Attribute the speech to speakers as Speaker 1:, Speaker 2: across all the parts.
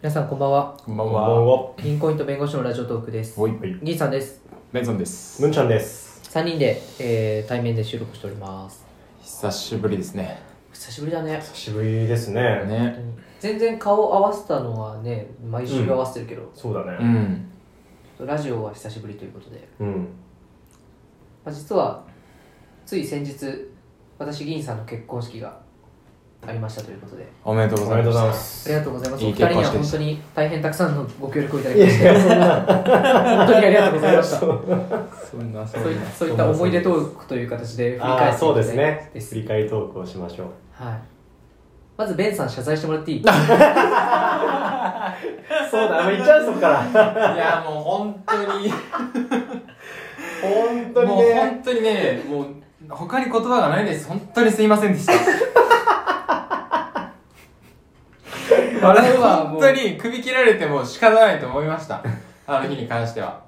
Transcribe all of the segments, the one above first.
Speaker 1: 皆さんこんばんは
Speaker 2: こんばん
Speaker 3: こん
Speaker 2: は。
Speaker 3: ばんは。
Speaker 1: 銀行員と弁護士のラジオトークです
Speaker 2: おい、
Speaker 3: はい。
Speaker 1: 銀さんです
Speaker 2: メンソンです。
Speaker 3: むんちゃんです。
Speaker 1: 3人で、えー対面で収録しております
Speaker 2: 久しぶりですね。
Speaker 1: 久しぶりだね
Speaker 3: 久しぶりですね。
Speaker 2: ね。
Speaker 1: 全然顔合わせたのはね毎週合わせてるけど、
Speaker 3: そうだ
Speaker 2: う
Speaker 3: ね。
Speaker 2: ん。
Speaker 1: ラジオは久しぶりということで、
Speaker 3: うん。
Speaker 1: まあ、実はつい先日私銀さんの結婚式がありましたということで
Speaker 2: おめでとう
Speaker 3: お
Speaker 2: ご
Speaker 3: め
Speaker 2: ざ
Speaker 3: で
Speaker 2: い
Speaker 3: とう
Speaker 2: ま
Speaker 3: ご
Speaker 2: す。
Speaker 1: あ
Speaker 3: ざいます。
Speaker 1: りがとうございます
Speaker 2: い
Speaker 1: お
Speaker 2: い
Speaker 1: 二人
Speaker 2: 結
Speaker 1: に
Speaker 2: 婚
Speaker 1: は
Speaker 2: 式で
Speaker 1: 本
Speaker 2: し
Speaker 1: 当
Speaker 2: た
Speaker 1: に大変たくさんのご協力をいただきまして本当にありがとうございました
Speaker 2: そんな、そ
Speaker 1: そうい
Speaker 2: な
Speaker 1: そういった思い出トークという形で振り
Speaker 3: あ
Speaker 1: 返
Speaker 3: あ、
Speaker 1: す
Speaker 3: そうですね。
Speaker 1: で
Speaker 3: 振り返りトークをしましょう。
Speaker 1: はい。まずベンさん謝罪してもらっていい？
Speaker 3: そうだ、もう行っちゃうそっから。
Speaker 2: いや、もう本当に、
Speaker 3: 本当に
Speaker 2: もう
Speaker 3: ね。
Speaker 2: 本当にね、もう、他に言葉がないです。本当にすいませんでした。
Speaker 1: 笑うわもう
Speaker 2: 本当に首切られても仕方ないと思いました。あの日に関しては。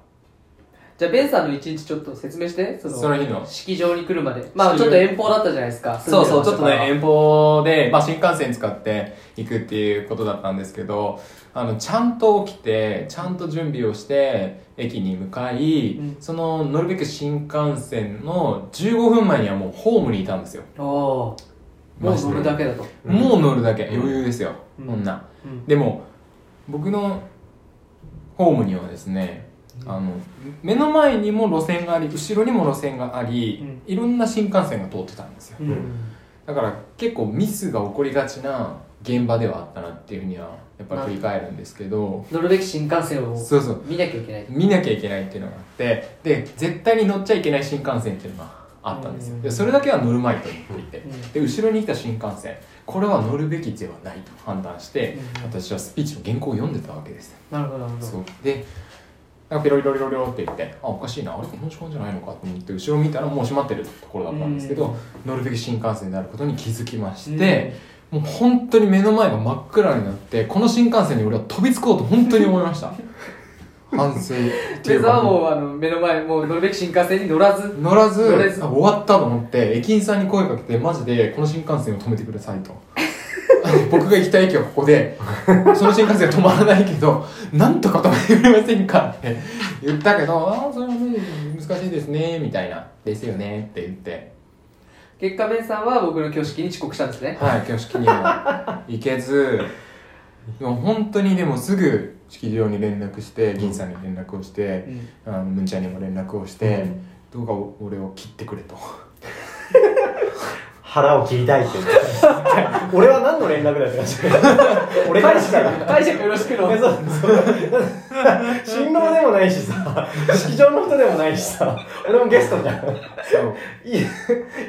Speaker 1: じゃあベンさんの一日ちょっと説明して。その
Speaker 2: その日の
Speaker 1: 式場に来るまで。まあち
Speaker 2: 式場
Speaker 1: ょっと遠方だったじゃないですか。
Speaker 2: そうそう、ちょっとね、
Speaker 1: 遠
Speaker 2: 遠方で、まあ、新幹線使って行くっていうことだったんですけど、あの、ちゃんと起きて、ちゃんと準備をして、駅に向かい、
Speaker 1: うん
Speaker 2: その、乗るべく新幹線の15分前にはもうホームにいたんですよ。
Speaker 1: 方。おーもう乗るだけだと。
Speaker 3: うん
Speaker 2: もう乗るだけ、
Speaker 3: うん
Speaker 2: 余裕ですよ、
Speaker 1: うん
Speaker 2: こんな。
Speaker 1: うん。
Speaker 2: でも、僕のホームにはですね、あの、目の前にも路線があり、後ろにも路線があり、
Speaker 1: うん
Speaker 2: いろんな新幹線が通ってたんですよ。
Speaker 1: うん
Speaker 2: だから結構ミスが起こりがちな現場ではあったなっていうふうにはやっぱり振り返るんですけど
Speaker 1: 乗るべき新幹線を
Speaker 2: そうそう
Speaker 1: 見なきゃいけない。
Speaker 2: 見なきゃいけないっていうのがあってで絶対に乗っちゃいけない新幹線っていうのがあったんです
Speaker 1: う
Speaker 2: よ
Speaker 1: ん
Speaker 2: でそれだけは乗るまいと言っていて
Speaker 1: うん
Speaker 2: で後ろに来た新幹線これは乗るべきではないと判断して
Speaker 1: うん
Speaker 2: 私はスピーチの原稿を読んでたわけです
Speaker 1: なるほどなるほ
Speaker 2: そ
Speaker 1: ど。
Speaker 2: うでなんかピロリロリロリロって言ってあおかしいなあれこの時間じゃないのかと思って後ろ見たらもう閉まってるところだったんですけ
Speaker 1: うん
Speaker 2: ど乗るべき新幹線であることに気づきまして、もう本当に目の前が真っ暗になってこの新幹線に俺は飛びつこうと本当に思い ました反省ってい
Speaker 1: ベン
Speaker 2: う
Speaker 1: さんは
Speaker 2: か
Speaker 1: もうあの目の前もう乗るべき新幹線に乗らず。
Speaker 2: 乗らず
Speaker 1: 乗れず
Speaker 2: あ終わったと思って駅員さんに声かけてマジでこの新幹線を止めてくださいと 僕が行きたい駅はここでその新幹線は止まらないけどなんとか止めてくれませんかって言ったけどああそれは無理難しいですねみたいなですよねって言って
Speaker 1: 結果ベンさんは僕の挙式に遅刻したんですね。
Speaker 2: はい挙式には行けずでも本当にでもすぐ式場に連絡して銀さんに連絡をして
Speaker 1: うん
Speaker 2: あのむんちゃんにも連絡をして、どうか俺を切ってくれと。
Speaker 3: 腹を切りたいって。俺は何の連絡だって感じ。俺からしたら。
Speaker 1: 解釈よろしくの。
Speaker 3: そう そう新郎でもないしさ、式場の人でもないしさ、俺もゲストじゃん。
Speaker 2: そう
Speaker 3: い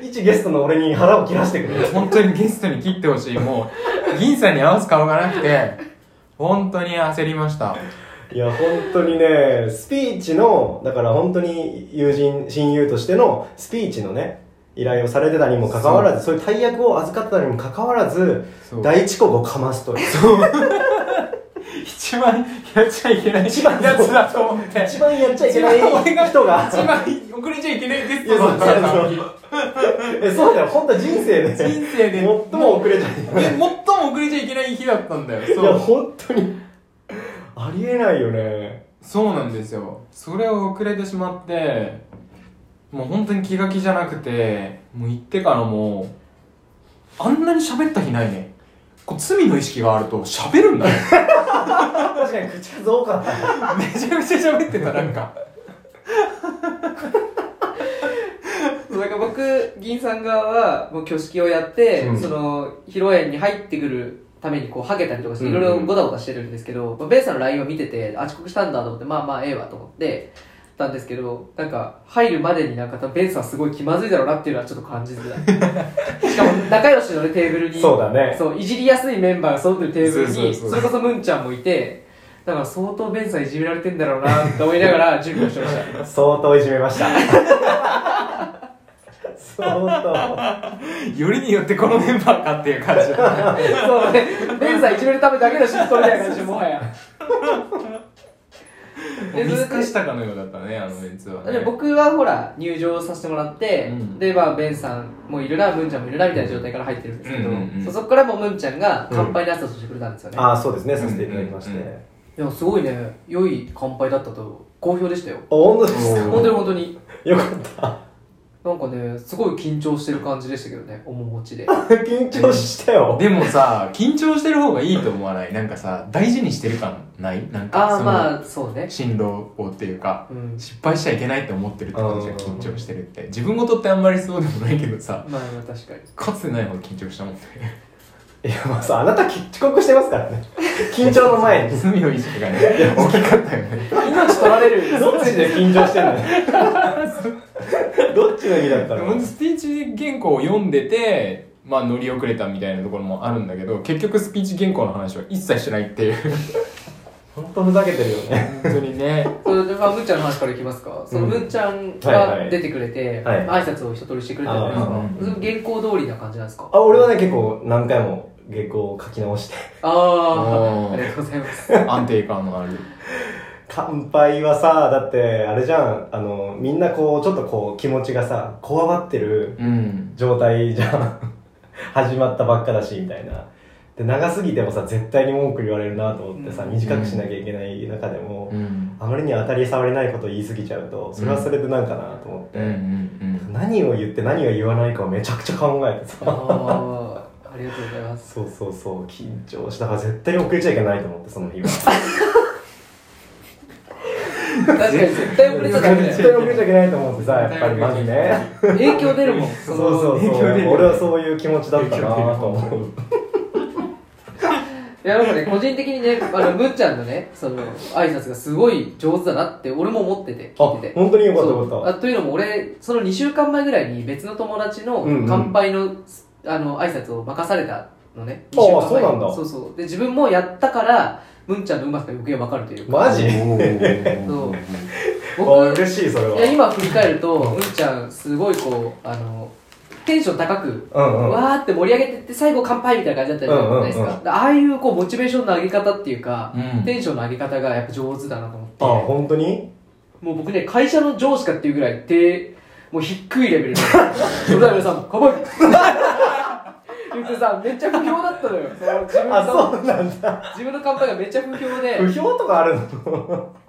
Speaker 3: 一ゲストの俺に腹を切らしてくれる。
Speaker 2: 本当にゲストに切ってほしい。もう、銀さんに合わす顔がなくて、本当に焦りました。
Speaker 3: いや、本当にね、スピーチの、だから本当に友人、親友としてのスピーチのね、依頼をされてたにもかかわらず、そういう大役を預かってたにもかかわらず、
Speaker 2: そう
Speaker 3: 第一国をかますという。
Speaker 2: 一番やっちゃいけない
Speaker 3: 一番
Speaker 2: やつだと思って。
Speaker 3: 一番やっちゃいけない人が、
Speaker 2: 一番遅れちゃいけないゲス
Speaker 3: いや
Speaker 2: ト
Speaker 3: そ
Speaker 2: だ
Speaker 3: う
Speaker 2: ったの
Speaker 3: そう
Speaker 2: に
Speaker 3: えそうだよ、本当人生で、
Speaker 2: 人生で
Speaker 3: 最も遅れちゃい
Speaker 2: で最も遅れちゃいけない日だったんだよ。
Speaker 3: いや、
Speaker 2: そう。
Speaker 3: 本当に、ありえないよね。
Speaker 2: そうなんですよ。それを遅れてしまって、もう本当に気が気じゃなくて、もう行ってからもう、あんなに喋った日ないね。こう罪の意識があると喋るんだよ。
Speaker 3: 確かに口数多かった。
Speaker 2: めちゃくちゃ喋ってたなんか
Speaker 1: そうだから僕銀さん側はもう挙式をやって、
Speaker 3: うん
Speaker 1: その披露宴に入ってくるためにこうハゲたりとかしてい
Speaker 3: うんう
Speaker 1: ろ
Speaker 3: ん
Speaker 1: いろごだごだしてるんですけど、まあ、ベンさんの LINE を見ててあ遅刻したんだと思ってまあまあええわと思ってたんですけどなんか入るまでになんか多分ベンさんすごい気まずいだろうなっていうのはちょっと感じづらいしかも仲良しの、ね、テーブルに
Speaker 3: そうだね。
Speaker 1: そういじりやすいメンバーが揃ってるテーブルにそ
Speaker 2: そうそうそう
Speaker 1: れこそムンちゃんもいてだから相当ベンさんいじめられてんだろうなって思いながら準備をしてました
Speaker 3: 相当いじめま した。相
Speaker 2: よりによってこのメンバーかっていう感じだ ね
Speaker 1: そうね、ベンさん一めるためだけのシフトみたいな感じ、もはや。
Speaker 2: もう見透かしたかのようだったねあのメンツはね
Speaker 1: で僕はほら入場させてもらって、
Speaker 2: うん
Speaker 1: でまあベンさんもいるなムンちゃんもいるなみたいな状態から入ってるんですけど、
Speaker 2: うんうんうん
Speaker 1: そそこからもうムンちゃんが乾杯の挨拶をしてくれたんですよね、
Speaker 3: ああそうですねさせていただきまし
Speaker 2: うんうんうん
Speaker 3: て
Speaker 1: でもすごいね良い乾杯だったと好評でしたよ
Speaker 3: あ本当です
Speaker 2: うん
Speaker 1: 本当に本当に
Speaker 3: かよか
Speaker 1: なんかねすごい緊張してる感じでしたけどね面持ちで
Speaker 3: った緊張したよ
Speaker 2: でもさ緊張してる方がいいと思わないなんかさ大事にしてる感ないなんか
Speaker 1: ああ
Speaker 2: その、
Speaker 1: まあそうね
Speaker 2: 進路をっていうか
Speaker 1: うん
Speaker 2: 失敗しちゃいけないって思ってるって感じが
Speaker 3: うん
Speaker 2: 緊張してるって自分事ってあんまりそうでもないけどさ
Speaker 1: まあまあ確かに
Speaker 2: かつてないほど緊張したもんね
Speaker 3: いやまあさあなたき遅刻してますからね緊張の前に
Speaker 2: 罪の意識がね 大きかったよね
Speaker 1: 命取られ る
Speaker 3: どっちで緊張してんのどっちの意味だった
Speaker 2: ほん
Speaker 3: の
Speaker 2: とスピーチ原稿を読んでてまあ乗り遅れたみたいなところもあるんだけど結局スピーチ原稿の話は一切してないっていう
Speaker 3: 本当ふざけてるよね
Speaker 2: 本当にね
Speaker 1: それでまあ、むんちゃんの話からいきますか、そのむんちゃん
Speaker 3: はいは
Speaker 1: が
Speaker 3: い
Speaker 1: 出てくれて、
Speaker 3: はい
Speaker 1: 挨拶を一通りしてくれたじゃないですか、
Speaker 3: あ
Speaker 2: うん
Speaker 1: それ原稿通りな感じなんですか
Speaker 3: あ俺はね結構何回も原稿を書き直して
Speaker 1: ああ
Speaker 2: お
Speaker 1: ー
Speaker 2: ー
Speaker 1: ありがとうございます
Speaker 2: 安定感のある
Speaker 3: 乾杯はさだってあれじゃんあのみんなこうちょっとこう気持ちがさこわばってる
Speaker 2: うん
Speaker 3: 状態じゃん始まったばっかだしみたいなで長すぎてもさ絶対に文句言われるなと思ってさ
Speaker 1: うん
Speaker 3: 短くしなきゃいけない中でも、
Speaker 2: うん
Speaker 3: あまりに当たり障りないことを言い過ぎちゃうとそれはそれでなんかなと思って、
Speaker 2: うんうん
Speaker 3: 何を言って何を言わないかをめちゃくちゃ考えてさ
Speaker 1: ああありがとうございます
Speaker 3: そうそうそう緊張したから絶対に遅れちゃいけないと思ってその日は
Speaker 1: 確かに絶対遅れちゃダメ
Speaker 3: 絶
Speaker 1: だ
Speaker 3: 対
Speaker 1: よ
Speaker 3: 遅れちゃいけないと思ってさやっぱりマジね
Speaker 1: 影響出るもんそ
Speaker 3: そう
Speaker 1: の
Speaker 3: そうそ
Speaker 2: 影
Speaker 3: う
Speaker 2: 響出る
Speaker 3: 俺はそういう気持ちだったなぁと思う
Speaker 1: いやなんかね個人的にねあのむんちゃんのねその挨拶がすごい上手だなって俺も思ってて
Speaker 3: あ
Speaker 1: 聞いてて
Speaker 3: 本当によかった
Speaker 1: そ
Speaker 3: よ
Speaker 1: う
Speaker 3: か
Speaker 1: あ
Speaker 3: っ
Speaker 1: というのも俺その2週間前ぐらいに別の友達の
Speaker 3: うんうん
Speaker 1: 乾杯の,、あの挨拶を任されたのね
Speaker 3: ああ
Speaker 1: 2週間前に
Speaker 3: そうなんだ
Speaker 1: そうそうで自分もやったからむんちゃんのうまさが余計わかるという
Speaker 3: た
Speaker 1: か、
Speaker 3: マジ
Speaker 1: そう
Speaker 3: あ
Speaker 1: 僕
Speaker 3: 嬉しいそれはい
Speaker 1: や今振り返るとむんちゃんすごいこうあのテンション高く
Speaker 3: うんうん
Speaker 1: わーって盛り上げてって最後乾杯みたいな感じだったじゃないですか、
Speaker 3: うんうんう
Speaker 1: ああいうこうモチベーションの上げ方っていうか、
Speaker 2: うん
Speaker 1: テンションの上げ方がやっぱ上手だなと思って
Speaker 3: あ本当に
Speaker 1: もう僕ね会社の上司かっていうぐらい低もう低いレ ベルでそれでは皆さん乾杯 言ってさめっちゃ不評だったのよその自分
Speaker 3: あ
Speaker 1: の
Speaker 3: そうなんだ
Speaker 1: 自分の乾杯がめっちゃ不評で
Speaker 3: 不評とかあるの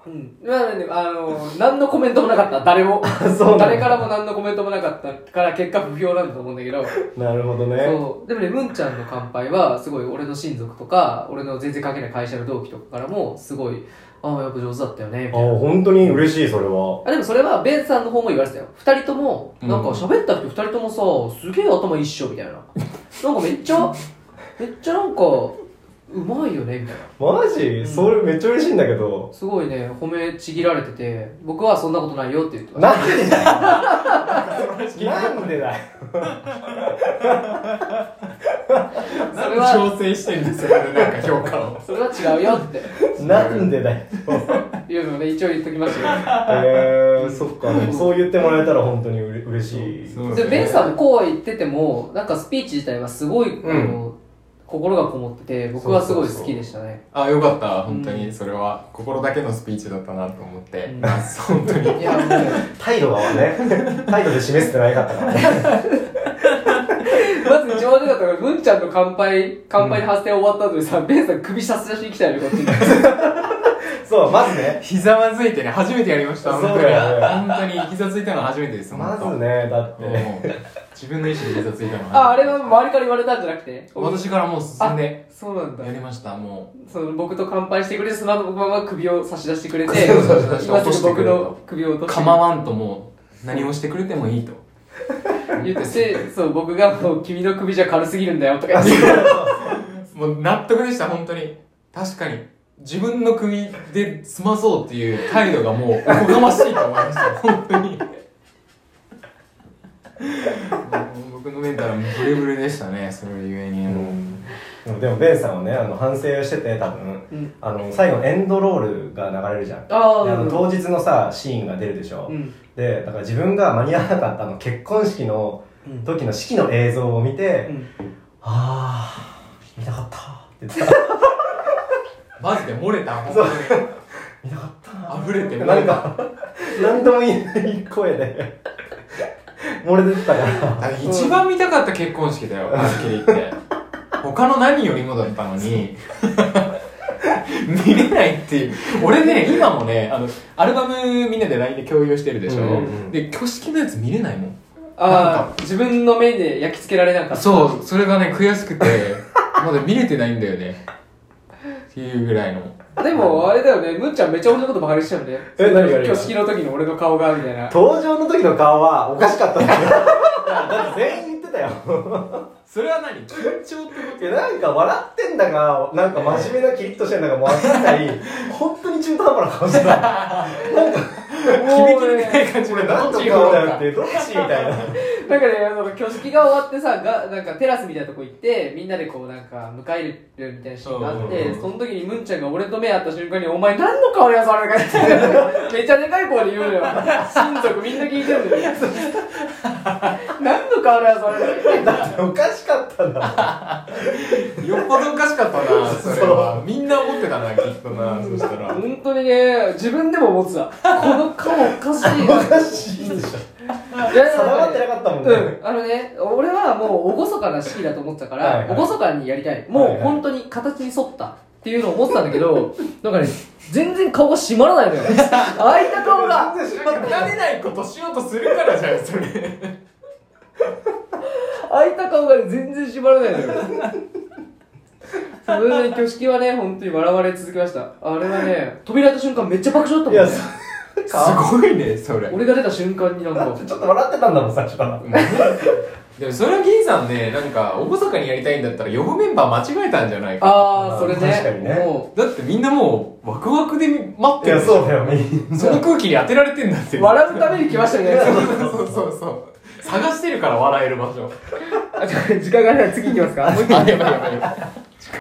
Speaker 1: うん、まあね、あの何のコメントもなかった誰も
Speaker 3: そうなんだ
Speaker 1: 誰からも何のコメントもなかったから結果不評なんだと思うんだけど
Speaker 3: なるほどね
Speaker 1: そうでもねむんちゃんの乾杯はすごい俺の親族とか俺の全然関係ない会社の同期とかからもすごいああやっぱ上手だったよねみ
Speaker 3: あ
Speaker 1: たいな
Speaker 3: 本当に嬉しいそれは
Speaker 1: あでもそれはベンさんの方も言われてたよ2人とも
Speaker 2: うん
Speaker 1: なんか喋った人2人ともさすげえ頭一緒みたいななんかめっちゃめっちゃなんかうまいよねみたいな
Speaker 3: マジ
Speaker 1: ん
Speaker 3: それめっちゃ嬉しいんだけ ど
Speaker 1: すごいね褒めちぎられてて僕はそんなことないよって言ってました
Speaker 3: なんでだよなんでだよ
Speaker 1: それは
Speaker 2: 調整してるんですよねなんか評価を
Speaker 1: それは違うよって
Speaker 3: なんでだよ
Speaker 1: いうのをね一応言っときました
Speaker 3: えー、そっかでもそう言ってもらえたら本当にうれ嬉しい
Speaker 2: そう
Speaker 1: けどでベンさんもこうは言っててもなんかスピーチ自体はすごい、
Speaker 3: う
Speaker 1: あ
Speaker 3: ん
Speaker 1: の心がこもってて僕はすごい好きでしたね
Speaker 2: あよかった本当
Speaker 1: うん
Speaker 2: にそれは心だけのスピーチだったなと思って、
Speaker 1: うん
Speaker 2: あ本当に
Speaker 1: いやもう
Speaker 3: 態度がね態度で示せてないかったから
Speaker 1: ま ず一番悪かったのが文ちゃんの乾杯乾杯の発声終わった後にさ、ベンさん首差し出しに来たよねこっちに
Speaker 3: そうまずね
Speaker 2: ひざまずいてね初めてやりました
Speaker 3: そう
Speaker 2: 本当に
Speaker 3: だよね
Speaker 2: 本当に膝ついたのは初めてです
Speaker 3: ま
Speaker 2: 本当
Speaker 3: ずねだって
Speaker 2: うん自分の意思で膝ついたの初めて
Speaker 1: ああれは周りから言われたんじゃなくて
Speaker 2: 私からもう進んで
Speaker 1: そうなんだ
Speaker 2: やりましたも
Speaker 1: その僕と乾杯してくれてその後僕は首を差し出してくれて
Speaker 2: そうそうそう
Speaker 1: 今すぐ僕の首を落
Speaker 2: う
Speaker 1: として
Speaker 2: 構わんともう何をしてくれてもいい と
Speaker 1: 言ってそう僕がもう「君の首じゃ軽すぎるんだよ」とか言って
Speaker 2: もう納得でした本当に確かに自分の首で済まそうっていう態度がもうおこがましいと思いました本当にもう僕のメンタルはもうブレブレでしたねそれゆえにあの
Speaker 3: うんでもベンさんはねあの反省してて多分、
Speaker 1: うん
Speaker 3: あの最後エンドロールが流れるじゃんで
Speaker 1: あ
Speaker 3: あ
Speaker 1: ー
Speaker 3: の当日のさシーンが出るでしょ、
Speaker 1: うん
Speaker 3: でだから自分が間に合わなかったあの結婚式の
Speaker 1: うん
Speaker 3: 時の式の映像を見て、
Speaker 1: うん
Speaker 3: あー見たか ったって言ってた
Speaker 2: マジで漏れた本当に
Speaker 3: 見たかったな
Speaker 2: あ溢れて
Speaker 3: なんか、なんとも言えない声で、漏れてったから。
Speaker 2: あれ一番見たかった結婚式だよ、はっきり言って。他の何よりもだったのに、 見れないっていう。俺ね、今もね、あの、アルバムみんなで LINE で共有してるでしょ。
Speaker 3: うんうん
Speaker 2: で、挙式のやつ見れないもん。
Speaker 1: ああ、自分の目で焼き付けられなかった。
Speaker 2: そう、それがね、悔しくて、 まだ見れてないんだよね。っていうぐらいの。
Speaker 1: でも、あれだよね、むっちゃんめっちゃ俺のことばかりしてたよね。
Speaker 3: え何が
Speaker 1: 挙式の時の俺の顔が、みたいな。
Speaker 3: 登場の時の顔はおかし かったんだよ。だって全員言ってたよ。
Speaker 2: それは何緊張って
Speaker 3: いやなんか笑ってんだか、なんか真面目なキリッとしてんだかもう分かん ない、本当に中途半端な顔してた。
Speaker 2: 響きでない感じ
Speaker 3: こ
Speaker 2: で、
Speaker 3: れ何の
Speaker 2: どっち
Speaker 3: 顔だ
Speaker 2: 行こう
Speaker 3: よっ
Speaker 2: か
Speaker 3: て、どっちみたいな。
Speaker 1: だからね、その挙式が終わってさ、が、なんかテラスみたいなとこ行って、みんなでこうなんか迎えるみたいなシーンがあっ
Speaker 2: うんうん
Speaker 1: て、
Speaker 2: うん
Speaker 1: その時にむんちゃんが俺と目合った瞬間に、お前何の顔やそれかって、めっちゃでかい声で言うのよ。親族みんな聞いてるんだよ。何の顔やそれか
Speaker 3: おかしかったんだもん。
Speaker 2: よっぽどおかしかったな、 それは。みんな思ってたな、きっとな、そしたら。
Speaker 1: 本当にね、自分でも思ってた。この顔おかしいな。
Speaker 3: おかしいでしょ。
Speaker 1: いやいや
Speaker 3: 定まってなかったもんね。
Speaker 1: うん、あのね、俺はもう厳かな式だと思ってたか
Speaker 3: はい
Speaker 1: ら、
Speaker 3: はい
Speaker 1: 厳かにやりたい。もう本当に形に沿ったっていうのを思ってたんだけど、 なんかね、全然顔が締まらないの よ。開いた顔が。
Speaker 3: 全然知らなかっ
Speaker 2: 慣れないことしようとするからじゃんそれ
Speaker 1: 開いた顔がね全然縛らないのよそれでね挙式はね本当に笑われ続けましたあれはね扉開いた瞬間めっちゃ爆笑だ
Speaker 3: た。
Speaker 1: ったも
Speaker 3: いや、
Speaker 1: ん
Speaker 3: そ
Speaker 1: ね
Speaker 3: うか。
Speaker 2: ごいねそれ
Speaker 1: 俺が出た瞬間になん
Speaker 3: だ
Speaker 1: か
Speaker 3: ってちょっと笑ってたんだもん、最初から。
Speaker 2: でもそれは銀さんねなんか厳かにやりたいんだったら呼ぶメンバー間違えたんじゃないか
Speaker 1: ああそれね
Speaker 3: 確かにね
Speaker 1: も
Speaker 2: だってみんなもうワクワクで待っ
Speaker 3: い
Speaker 2: てる
Speaker 3: や、
Speaker 2: でしょ
Speaker 3: そうだよ、みんな。
Speaker 2: その空気に当てられてんだっ
Speaker 1: う
Speaker 2: て
Speaker 1: 笑うために来ましたね
Speaker 2: そうそうそうそう探してるから笑える場所
Speaker 1: あちょ時間がない次行きますかもう一
Speaker 2: あ
Speaker 1: 回
Speaker 2: やばいやばい